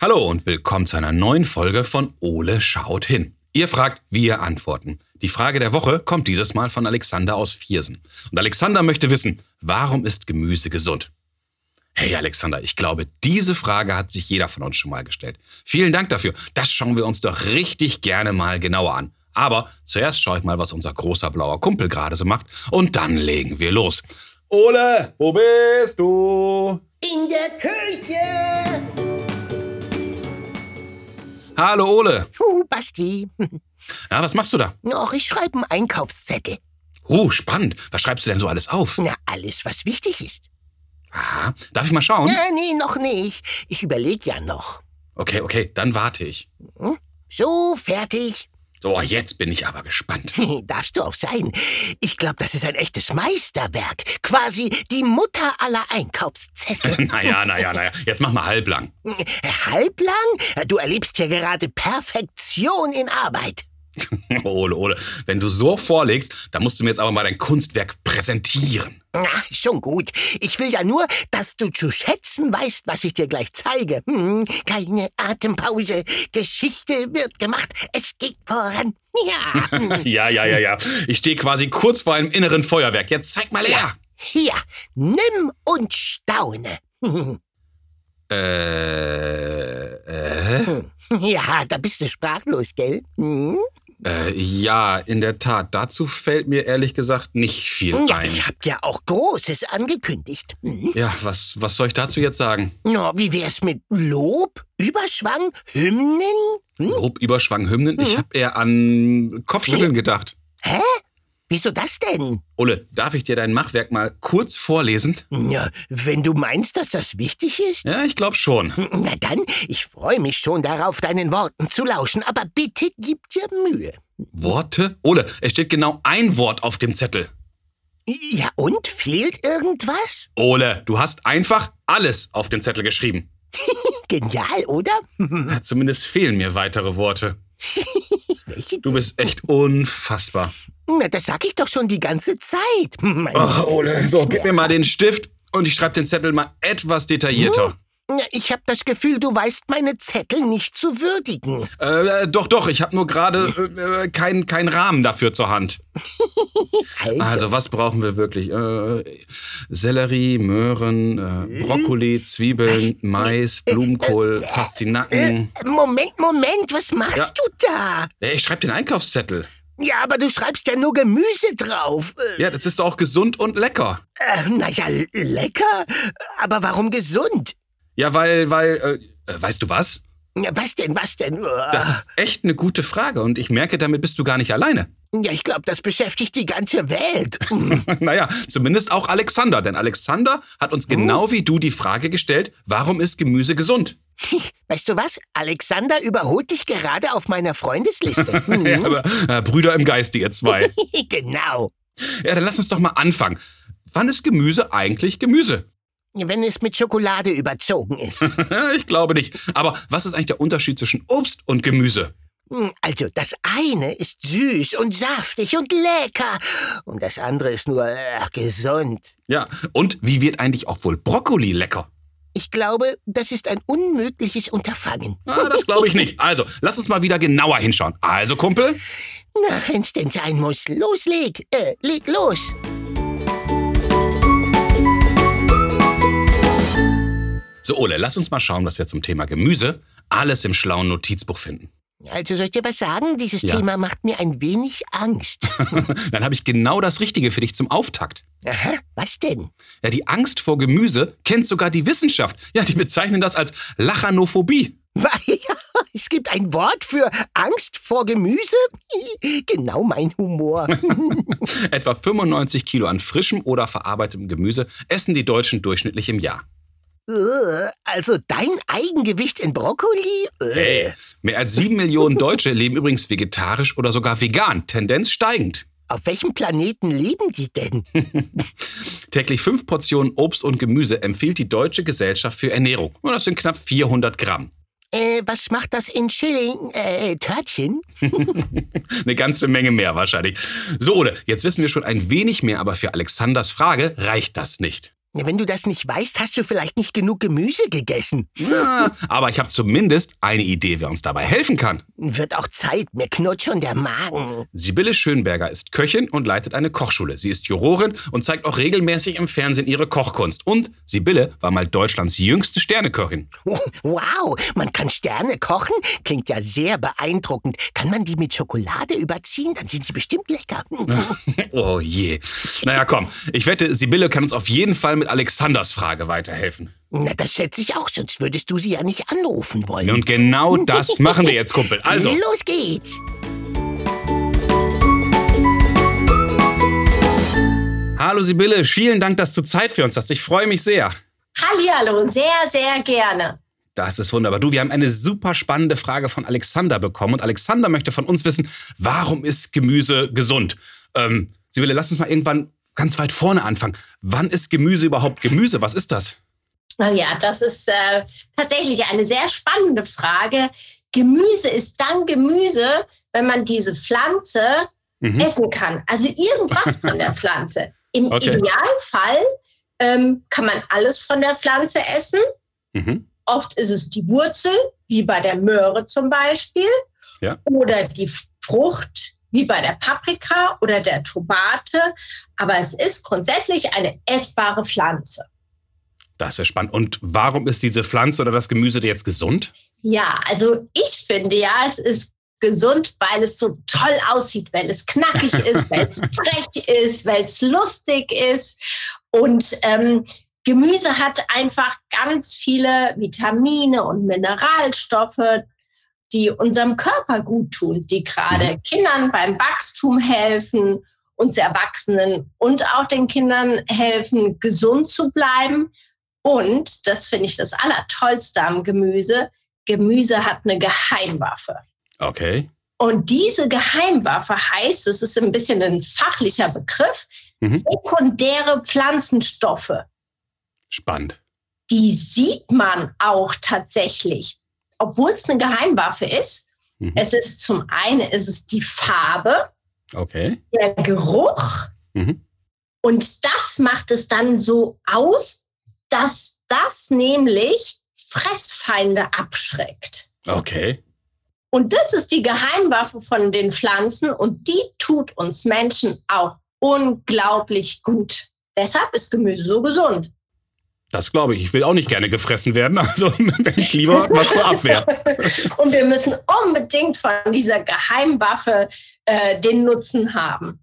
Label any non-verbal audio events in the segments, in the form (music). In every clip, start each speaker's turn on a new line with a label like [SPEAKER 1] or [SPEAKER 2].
[SPEAKER 1] Hallo und willkommen zu einer neuen Folge von Ole schaut hin. Ihr fragt, wir antworten. Die Frage der Woche kommt dieses Mal von Alexander aus Viersen. Und Alexander möchte wissen, warum ist Gemüse gesund? Hey Alexander, ich glaube, diese Frage hat sich jeder von uns schon mal gestellt. Vielen Dank dafür. Das schauen wir uns doch richtig gerne mal genauer an. Aber zuerst schaue ich mal, was unser großer blauer Kumpel gerade so macht. Und dann legen wir los. Ole, wo bist du?
[SPEAKER 2] In der Küche!
[SPEAKER 1] Hallo Ole.
[SPEAKER 2] Huh, Basti. (laughs)
[SPEAKER 1] Na, was machst du da?
[SPEAKER 2] Och, ich schreibe einen Einkaufszettel.
[SPEAKER 1] Oh, spannend. Was schreibst du denn so alles auf?
[SPEAKER 2] Na, alles, was wichtig ist.
[SPEAKER 1] Aha. Darf ich mal schauen?
[SPEAKER 2] Ja, nee, noch nicht. Ich überlege ja noch.
[SPEAKER 1] Okay, okay, dann warte ich.
[SPEAKER 2] So, fertig. (laughs)
[SPEAKER 1] So, jetzt bin ich aber gespannt. (laughs)
[SPEAKER 2] Darfst du auch sein. Ich glaube, das ist ein echtes Meisterwerk. Quasi die Mutter aller
[SPEAKER 1] (laughs)
[SPEAKER 2] Einkaufszettel.
[SPEAKER 1] Naja, naja, naja. Jetzt mach mal halblang. (laughs)
[SPEAKER 2] Halblang? Du erlebst hier gerade Perfektion in Arbeit.
[SPEAKER 1] Ole, Ole. Wenn du so vorlegst, dann musst du mir jetzt aber mal dein Kunstwerk
[SPEAKER 2] (laughs)
[SPEAKER 1] präsentieren.
[SPEAKER 2] Na, schon gut. Ich will ja nur, dass du zu schätzen weißt, was ich dir gleich zeige. Hm, keine Atempause. Geschichte wird gemacht. Es geht voran. Ja. hm.
[SPEAKER 1] Ja, ja, ja, ja. Ich stehe quasi kurz vor einem inneren Feuerwerk. Jetzt zeig mal her.
[SPEAKER 2] Hier, nimm und staune.
[SPEAKER 1] Äh, äh,
[SPEAKER 2] Ja, da bist du sprachlos, gell? Hm?
[SPEAKER 1] äh, ja, in der Tat. Dazu fällt mir ehrlich gesagt nicht viel
[SPEAKER 2] Hm. Ja,
[SPEAKER 1] ein.
[SPEAKER 2] ich hab ja auch Großes angekündigt. Hm?
[SPEAKER 1] Ja, was, was soll ich dazu jetzt sagen?
[SPEAKER 2] Na, wie wär's mit Lob, Überschwang, Hymnen?
[SPEAKER 1] Lob, Überschwang, Hymnen. Ich habe eher an Kopfschütteln gedacht.
[SPEAKER 2] Hä? Wieso das denn?
[SPEAKER 1] Ole, darf ich dir dein Machwerk mal kurz vorlesen?
[SPEAKER 2] Na, wenn du meinst, dass das wichtig ist?
[SPEAKER 1] Ja, ich glaube schon.
[SPEAKER 2] Na dann, ich freue mich schon darauf, deinen Worten zu lauschen, aber bitte gib dir Mühe.
[SPEAKER 1] Worte? Ole, es steht genau ein Wort auf dem Zettel.
[SPEAKER 2] Ja, und fehlt irgendwas?
[SPEAKER 1] Ole, du hast einfach alles auf den Zettel geschrieben.
[SPEAKER 2] Genial, oder?
[SPEAKER 1] Ja, zumindest fehlen mir weitere Worte.
[SPEAKER 2] Welche?
[SPEAKER 1] Du bist echt unfassbar.
[SPEAKER 2] Na, das sag ich doch schon die ganze Zeit. Mein
[SPEAKER 1] Ach, Ole, so, gib mir mal den Stift und ich schreibe den Zettel mal etwas detaillierter.
[SPEAKER 2] Na, ich habe das Gefühl, du weißt meine Zettel nicht zu würdigen.
[SPEAKER 1] Äh, äh, doch, doch, ich habe nur gerade äh, keinen keinen Rahmen dafür zur Hand.
[SPEAKER 2] Also,
[SPEAKER 1] Also, was brauchen wir wirklich? Äh, Sellerie, Möhren, äh, Brokkoli, Zwiebeln, Mais, Blumenkohl, Pastinaken.
[SPEAKER 2] Moment, Moment, was machst du da?
[SPEAKER 1] Äh, Ich schreibe den Einkaufszettel.
[SPEAKER 2] Ja, aber du schreibst ja nur Gemüse drauf. Äh,
[SPEAKER 1] Ja, das ist doch auch gesund und lecker.
[SPEAKER 2] Äh, naja, lecker, aber warum gesund?
[SPEAKER 1] Ja, weil, weil, äh, äh, weißt du was?
[SPEAKER 2] Ja, was denn, was denn?
[SPEAKER 1] Das
[SPEAKER 2] Äh,
[SPEAKER 1] ist echt eine gute Frage und ich merke, damit bist du gar nicht alleine. (laughs)
[SPEAKER 2] Ja, ich glaube, das beschäftigt die ganze Welt. (laughs)
[SPEAKER 1] naja, zumindest auch Alexander, denn Alexander hat uns genau wie du die Frage gestellt, warum ist Gemüse gesund? (laughs)
[SPEAKER 2] Weißt du was? Alexander überholt dich gerade auf meiner Freundesliste.
[SPEAKER 1] Ja,
[SPEAKER 2] Hm,
[SPEAKER 1] aber, äh, Brüder im Geiste, ihr zwei.
[SPEAKER 2] (laughs) genau.
[SPEAKER 1] ja, dann lass uns doch mal anfangen. Wann ist Gemüse eigentlich Gemüse?
[SPEAKER 2] Wenn es mit Schokolade überzogen ist.
[SPEAKER 1] ich glaube nicht. Aber was ist eigentlich der Unterschied zwischen Obst und Gemüse?
[SPEAKER 2] Hm, Also, das eine ist süß und saftig und lecker. Und das andere ist nur äh, gesund.
[SPEAKER 1] Ja, und wie wird eigentlich auch wohl Brokkoli lecker?
[SPEAKER 2] Ich glaube, das ist ein unmögliches Unterfangen.
[SPEAKER 1] Ah, das glaube ich nicht. Also, lass uns mal wieder genauer hinschauen. Also, Kumpel,
[SPEAKER 2] Na, wenn's denn sein muss, losleg, äh, leg los.
[SPEAKER 1] so Ole, lass uns mal schauen, was wir zum Thema Gemüse alles im schlauen Notizbuch finden. (laughs)
[SPEAKER 2] Also soll ich dir was sagen? Dieses
[SPEAKER 1] Ja.
[SPEAKER 2] Thema macht mir ein wenig Angst.
[SPEAKER 1] Dann habe ich genau das Richtige für dich zum Auftakt.
[SPEAKER 2] Aha, was denn?
[SPEAKER 1] Ja, die Angst vor Gemüse kennt sogar die Wissenschaft. Ja, die bezeichnen das als Lachanophobie.
[SPEAKER 2] (laughs) Ja, es gibt ein Wort für Angst vor Gemüse? (laughs) Genau mein Humor. (laughs)
[SPEAKER 1] Etwa 95 Kilo an frischem oder verarbeitetem Gemüse essen die Deutschen durchschnittlich im Jahr.
[SPEAKER 2] Äh, also dein Eigengewicht in Brokkoli? (laughs) Äh,
[SPEAKER 1] Hey. Mehr als sieben Millionen Deutsche leben übrigens vegetarisch oder sogar vegan, Tendenz steigend.
[SPEAKER 2] Auf welchem Planeten leben die denn?
[SPEAKER 1] Täglich fünf Portionen Obst und Gemüse empfiehlt die Deutsche Gesellschaft für Ernährung. Und das sind knapp 400 Gramm.
[SPEAKER 2] Äh, was macht das in Schilling? Äh, Törtchen?
[SPEAKER 1] Eine ganze Menge mehr wahrscheinlich. So, Ole, jetzt wissen wir schon ein wenig mehr, aber für Alexanders Frage reicht das nicht.
[SPEAKER 2] Ja, wenn du das nicht weißt, hast du vielleicht nicht genug Gemüse gegessen.
[SPEAKER 1] Ja, aber ich habe zumindest eine Idee, wer uns dabei helfen kann.
[SPEAKER 2] Wird auch Zeit, mir knurrt schon der Magen. (laughs)
[SPEAKER 1] Sibylle Schönberger ist Köchin und leitet eine Kochschule. Sie ist Jurorin und zeigt auch regelmäßig im Fernsehen ihre Kochkunst. Und Sibylle war mal Deutschlands jüngste Sterneköchin.
[SPEAKER 2] Oh, Wow, man kann Sterne kochen? Klingt ja sehr beeindruckend. Kann man die mit Schokolade überziehen? Dann sind die bestimmt lecker.
[SPEAKER 1] oh je. Naja, komm. Ich wette, Sibylle kann uns auf jeden Fall mit Alexanders Frage weiterhelfen.
[SPEAKER 2] Na, das schätze ich auch, sonst würdest du sie ja nicht anrufen wollen.
[SPEAKER 1] Und genau das machen wir jetzt, Kumpel. Also.
[SPEAKER 2] Los geht's.
[SPEAKER 1] Hallo Sibylle, vielen Dank, dass du Zeit für uns hast. Ich freue mich sehr.
[SPEAKER 3] Hallihallo, sehr, sehr gerne.
[SPEAKER 1] Das ist wunderbar. Du, wir haben eine super spannende Frage von Alexander bekommen und Alexander möchte von uns wissen, warum ist Gemüse gesund? Ähm, Sibylle, lass uns mal irgendwann ganz weit vorne anfangen. Wann ist Gemüse überhaupt Gemüse? Was ist das?
[SPEAKER 3] Na Ja, das ist äh, tatsächlich eine sehr spannende Frage. Gemüse ist dann Gemüse, wenn man diese Pflanze
[SPEAKER 1] Mhm.
[SPEAKER 3] essen kann.
[SPEAKER 1] (laughs)
[SPEAKER 3] Also irgendwas von der Pflanze. Im
[SPEAKER 1] Okay.
[SPEAKER 3] Idealfall ähm, kann man alles von der Pflanze essen.
[SPEAKER 1] Mhm.
[SPEAKER 3] Oft ist es die Wurzel, wie bei der Möhre zum Beispiel,
[SPEAKER 1] Ja.
[SPEAKER 3] oder die Frucht, wie bei der Paprika oder der Tomate. Aber es ist grundsätzlich eine essbare Pflanze.
[SPEAKER 1] Das ist spannend. Und warum ist diese Pflanze oder das Gemüse jetzt gesund?
[SPEAKER 3] Ja, also ich finde ja, es ist gesund, weil es so toll aussieht, weil es knackig ist, weil es frech ist, weil es lustig ist. Und ähm, Gemüse hat einfach ganz viele Vitamine und Mineralstoffe, die unserem Körper gut tun, die gerade Kindern beim Wachstum helfen, uns Erwachsenen und auch den Kindern helfen, gesund zu bleiben. Und, das finde ich das Allertollste am Gemüse, Gemüse hat eine Geheimwaffe.
[SPEAKER 1] Okay.
[SPEAKER 3] Und diese Geheimwaffe heißt, es ist ein bisschen ein fachlicher Begriff,
[SPEAKER 1] Mhm.
[SPEAKER 3] sekundäre Pflanzenstoffe.
[SPEAKER 1] Spannend.
[SPEAKER 3] Die sieht man auch tatsächlich, obwohl es eine Geheimwaffe ist.
[SPEAKER 1] Mhm.
[SPEAKER 3] Es ist zum einen ist es die Farbe,
[SPEAKER 1] Okay.
[SPEAKER 3] der Geruch
[SPEAKER 1] Mhm.
[SPEAKER 3] und das macht es dann so aus, dass das nämlich Fressfeinde abschreckt.
[SPEAKER 1] Okay.
[SPEAKER 3] Und das ist die Geheimwaffe von den Pflanzen und die tut uns Menschen auch unglaublich gut. Deshalb ist Gemüse so gesund.
[SPEAKER 1] Das glaube ich. Ich will auch nicht gerne gefressen werden. (laughs) Also wenn ich lieber was zur Abwehr.
[SPEAKER 3] Und wir müssen unbedingt von dieser Geheimwaffe äh, den Nutzen haben.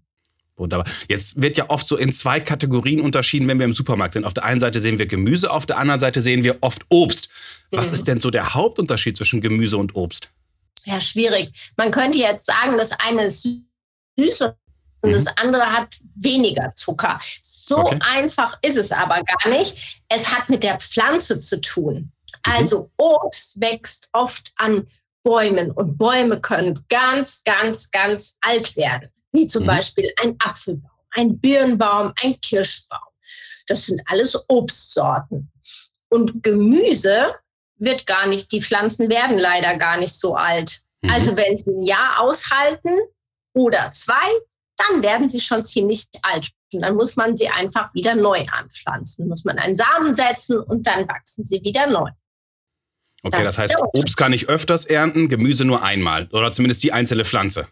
[SPEAKER 1] Wunderbar. Jetzt wird ja oft so in zwei Kategorien unterschieden, wenn wir im Supermarkt sind. Auf der einen Seite sehen wir Gemüse, auf der anderen Seite sehen wir oft Obst. Was
[SPEAKER 3] Mhm.
[SPEAKER 1] ist denn so der Hauptunterschied zwischen Gemüse und Obst?
[SPEAKER 3] Ja, schwierig. Man könnte jetzt sagen, das eine ist süß und
[SPEAKER 1] Mhm.
[SPEAKER 3] das andere hat weniger Zucker. So
[SPEAKER 1] Okay.
[SPEAKER 3] einfach ist es aber gar nicht. Es hat mit der Pflanze zu tun.
[SPEAKER 1] Mhm.
[SPEAKER 3] Also Obst wächst oft an Bäumen und Bäume können ganz, ganz, ganz alt werden. Wie zum
[SPEAKER 1] Mhm.
[SPEAKER 3] Beispiel ein Apfelbaum, ein Birnbaum, ein Kirschbaum. Das sind alles Obstsorten. Und Gemüse wird gar nicht, die Pflanzen werden leider gar nicht so alt.
[SPEAKER 1] Mhm.
[SPEAKER 3] Also wenn sie ein Jahr aushalten oder zwei, dann werden sie schon ziemlich alt. Und dann muss man sie einfach wieder neu anpflanzen. Muss man einen Samen setzen und dann wachsen sie wieder neu.
[SPEAKER 1] okay,
[SPEAKER 3] das
[SPEAKER 1] das
[SPEAKER 3] ist
[SPEAKER 1] heißt,
[SPEAKER 3] der Unterschied.
[SPEAKER 1] Obst kann ich öfters ernten, Gemüse nur einmal. Oder zumindest die einzelne Pflanze.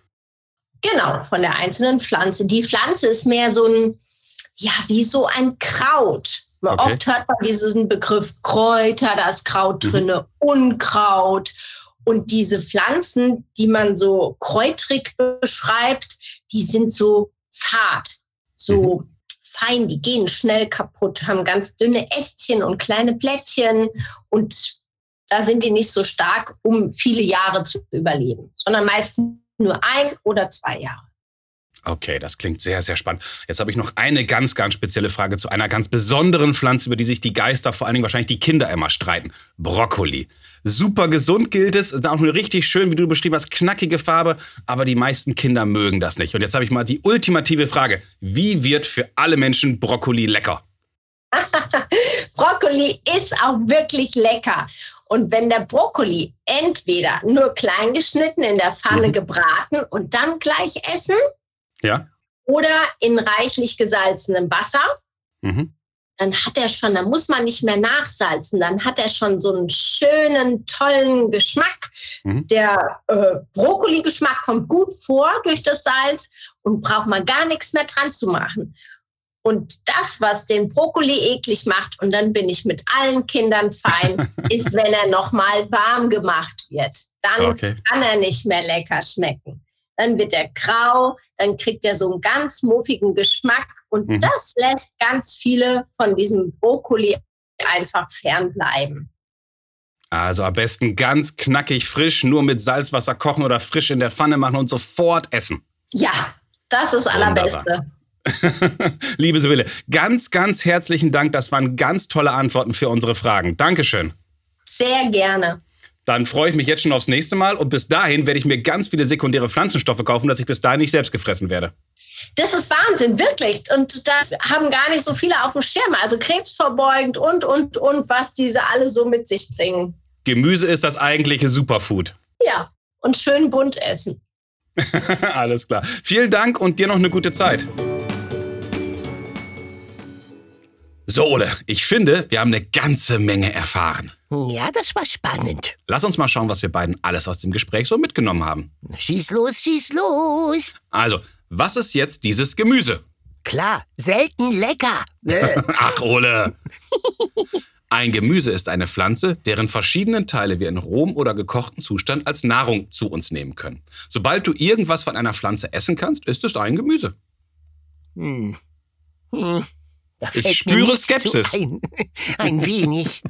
[SPEAKER 3] Genau, von der einzelnen Pflanze. Die Pflanze ist mehr so ein, ja, wie so ein Kraut. Man-
[SPEAKER 1] Okay.
[SPEAKER 3] Oft hört man diesen Begriff Kräuter, da ist Kraut
[SPEAKER 1] Mhm.
[SPEAKER 3] drinne, Unkraut. Und diese Pflanzen, die man so kräutrig beschreibt, die sind so zart, so
[SPEAKER 1] Mhm.
[SPEAKER 3] fein, die gehen schnell kaputt, haben ganz dünne Ästchen und kleine Blättchen und da sind die nicht so stark, um viele Jahre zu überleben, sondern meistens nur ein oder zwei Jahre.
[SPEAKER 1] Okay, das klingt sehr, sehr spannend. Jetzt habe ich noch eine ganz, ganz spezielle Frage zu einer ganz besonderen Pflanze, über die sich die Geister, vor allen Dingen wahrscheinlich die Kinder immer streiten. Brokkoli. Super gesund gilt es, ist auch nur richtig schön, wie du beschrieben hast, knackige Farbe, aber die meisten Kinder mögen das nicht. Und jetzt habe ich mal die ultimative Frage. Wie wird für alle Menschen Brokkoli lecker?
[SPEAKER 3] Brokkoli ist auch wirklich lecker. Und wenn der Brokkoli entweder nur klein geschnitten in der Pfanne
[SPEAKER 1] Mhm.
[SPEAKER 3] gebraten und dann gleich essen
[SPEAKER 1] Ja?
[SPEAKER 3] oder in reichlich gesalzenem Wasser
[SPEAKER 1] Mhm.
[SPEAKER 3] dann hat er schon, dann muss man nicht mehr nachsalzen, dann hat er schon so einen schönen, tollen Geschmack.
[SPEAKER 1] Mhm.
[SPEAKER 3] Der äh, Brokkoli-Geschmack kommt gut vor durch das Salz und braucht man gar nichts mehr dran zu machen. Und das, was den Brokkoli eklig macht, und dann bin ich mit allen Kindern fein, ist, wenn er nochmal warm gemacht wird. Dann
[SPEAKER 1] Okay.
[SPEAKER 3] kann er nicht mehr lecker schmecken. Dann wird er grau, dann kriegt er so einen ganz muffigen Geschmack und
[SPEAKER 1] Mhm.
[SPEAKER 3] das lässt ganz viele von diesem Brokkoli einfach fernbleiben.
[SPEAKER 1] Also am besten ganz knackig frisch, nur mit Salzwasser kochen oder frisch in der Pfanne machen und sofort essen.
[SPEAKER 3] Ja, das ist allerbeste.
[SPEAKER 1] (laughs) Liebe Sibylle, ganz, ganz herzlichen Dank. Das waren ganz tolle Antworten für unsere Fragen. Dankeschön.
[SPEAKER 3] Sehr gerne.
[SPEAKER 1] Dann freue ich mich jetzt schon aufs nächste Mal und bis dahin werde ich mir ganz viele sekundäre Pflanzenstoffe kaufen, dass ich bis dahin nicht selbst gefressen werde.
[SPEAKER 3] Das ist Wahnsinn, wirklich. Und das haben gar nicht so viele auf dem Schirm. Also krebsverbeugend und, und, und, was diese alle so mit sich bringen.
[SPEAKER 1] Gemüse ist das eigentliche Superfood. (laughs)
[SPEAKER 3] Ja, und schön bunt essen.
[SPEAKER 1] Alles klar. Vielen Dank und dir noch eine gute Zeit. So, Ole, ich finde, wir haben eine ganze Menge erfahren.
[SPEAKER 2] Ja, das war spannend.
[SPEAKER 1] Lass uns mal schauen, was wir beiden alles aus dem Gespräch so mitgenommen haben.
[SPEAKER 2] Schieß los, schieß los.
[SPEAKER 1] Also, was ist jetzt dieses Gemüse?
[SPEAKER 2] Klar, selten lecker.
[SPEAKER 1] (laughs)
[SPEAKER 2] Äh,
[SPEAKER 1] Ach, Ole! Ein Gemüse ist eine Pflanze, deren verschiedenen Teile wir in rohem oder gekochten Zustand als Nahrung zu uns nehmen können. Sobald du irgendwas von einer Pflanze essen kannst, ist es ein Gemüse.
[SPEAKER 2] hm. Hm. Da
[SPEAKER 1] Ich
[SPEAKER 2] fällt mir
[SPEAKER 1] spüre
[SPEAKER 2] nichts zu
[SPEAKER 1] Skepsis.
[SPEAKER 2] Ein, (laughs) ein wenig.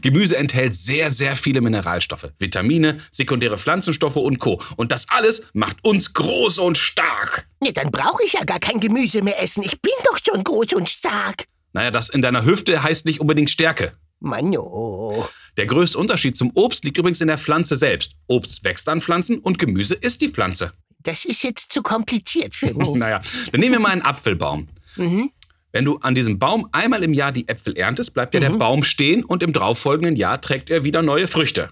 [SPEAKER 1] Gemüse enthält sehr, sehr viele Mineralstoffe, Vitamine, sekundäre Pflanzenstoffe und Co. Und das alles macht uns groß und stark.
[SPEAKER 2] Nee, dann brauche ich ja gar kein Gemüse mehr essen. Ich bin doch schon groß und stark.
[SPEAKER 1] Naja, das in deiner Hüfte heißt nicht unbedingt Stärke.
[SPEAKER 2] Mann, oh.
[SPEAKER 1] Der größte Unterschied zum Obst liegt übrigens in der Pflanze selbst. Obst wächst an Pflanzen und Gemüse ist die Pflanze.
[SPEAKER 2] Das ist jetzt zu kompliziert für mich.
[SPEAKER 1] (laughs) Naja, dann nehmen wir mal einen Apfelbaum.
[SPEAKER 2] Mhm.
[SPEAKER 1] Wenn du an diesem Baum einmal im Jahr die Äpfel erntest, bleibt ja
[SPEAKER 2] Mhm.
[SPEAKER 1] der Baum stehen und im darauffolgenden Jahr trägt er wieder neue Früchte.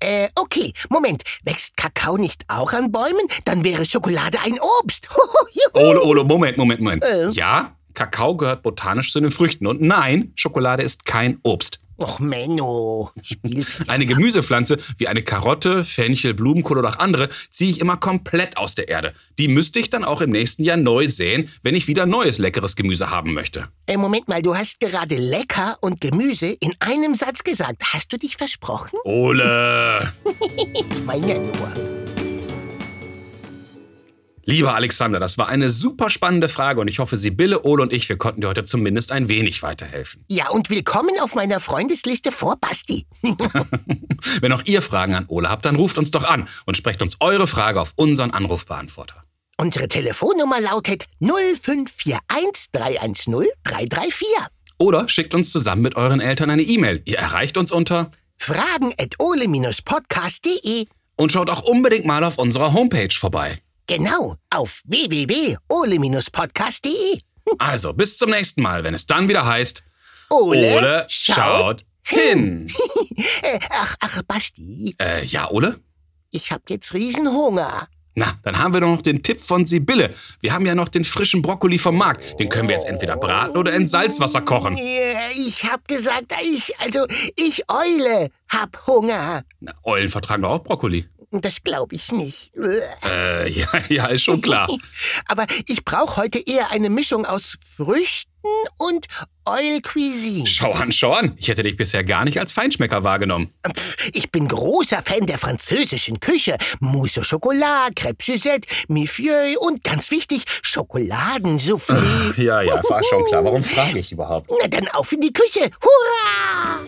[SPEAKER 2] Äh, okay, Moment. Wächst Kakao nicht auch an Bäumen? Dann wäre Schokolade ein Obst. (laughs) Juhu.
[SPEAKER 1] Ole, ole, Moment, Moment, Moment.
[SPEAKER 2] Äh.
[SPEAKER 1] Ja, Kakao gehört botanisch zu den Früchten und nein, Schokolade ist kein Obst.
[SPEAKER 2] Och, Menno. Spiel.
[SPEAKER 1] Eine Gemüsepflanze wie eine Karotte, Fenchel, Blumenkohl oder auch andere ziehe ich immer komplett aus der Erde. Die müsste ich dann auch im nächsten Jahr neu säen, wenn ich wieder neues leckeres Gemüse haben möchte.
[SPEAKER 2] Äh, Moment mal, du hast gerade lecker und Gemüse in einem Satz gesagt. Hast du dich versprochen?
[SPEAKER 1] Ole!
[SPEAKER 2] Ich meine ja nur.
[SPEAKER 1] Lieber Alexander, das war eine super spannende Frage und ich hoffe, Sibylle, Ole und ich, wir konnten dir heute zumindest ein wenig weiterhelfen.
[SPEAKER 2] Ja, und willkommen auf meiner Freundesliste vor Basti.
[SPEAKER 1] Wenn auch ihr Fragen an Ole habt, dann ruft uns doch an und sprecht uns eure Frage auf unseren Anrufbeantworter.
[SPEAKER 2] Unsere Telefonnummer lautet 0541 310 334.
[SPEAKER 1] Oder schickt uns zusammen mit euren Eltern eine E-Mail. Ihr erreicht uns unter
[SPEAKER 2] Fragen at ole-podcast.de.
[SPEAKER 1] und schaut auch unbedingt mal auf unserer Homepage vorbei.
[SPEAKER 2] Genau, auf www.ole-podcast.de.
[SPEAKER 1] Also, bis zum nächsten Mal, wenn es dann wieder heißt,
[SPEAKER 2] Ole,
[SPEAKER 1] Ole schaut hin.
[SPEAKER 2] Äh, ach, ach, Basti,
[SPEAKER 1] Äh, ja, Ole?
[SPEAKER 2] ich hab jetzt Riesenhunger.
[SPEAKER 1] Na, dann haben wir doch noch den Tipp von Sibylle. Wir haben ja noch den frischen Brokkoli vom Markt. Den können wir jetzt entweder braten oder in Salzwasser kochen.
[SPEAKER 2] Äh, Ich hab gesagt, ich, also, ich Eule hab Hunger.
[SPEAKER 1] Na, Eulen vertragen doch auch Brokkoli.
[SPEAKER 2] Das glaube ich nicht.
[SPEAKER 1] Äh, (laughs) ja, ja, ist schon klar.
[SPEAKER 2] Aber ich brauche heute eher eine Mischung aus Früchten und Oil Cuisine.
[SPEAKER 1] Schau an, schau an. Ich hätte dich bisher gar nicht als Feinschmecker wahrgenommen.
[SPEAKER 2] Pff, ich bin großer Fan der französischen Küche. Mousse au Chocolat, Crêpe Suzette, Miffieux und ganz wichtig, Schokoladensoufflé.
[SPEAKER 1] Ah. Ja, ja, war schon klar. Warum frage ich überhaupt?
[SPEAKER 2] Na dann auf in die Küche. Hurra!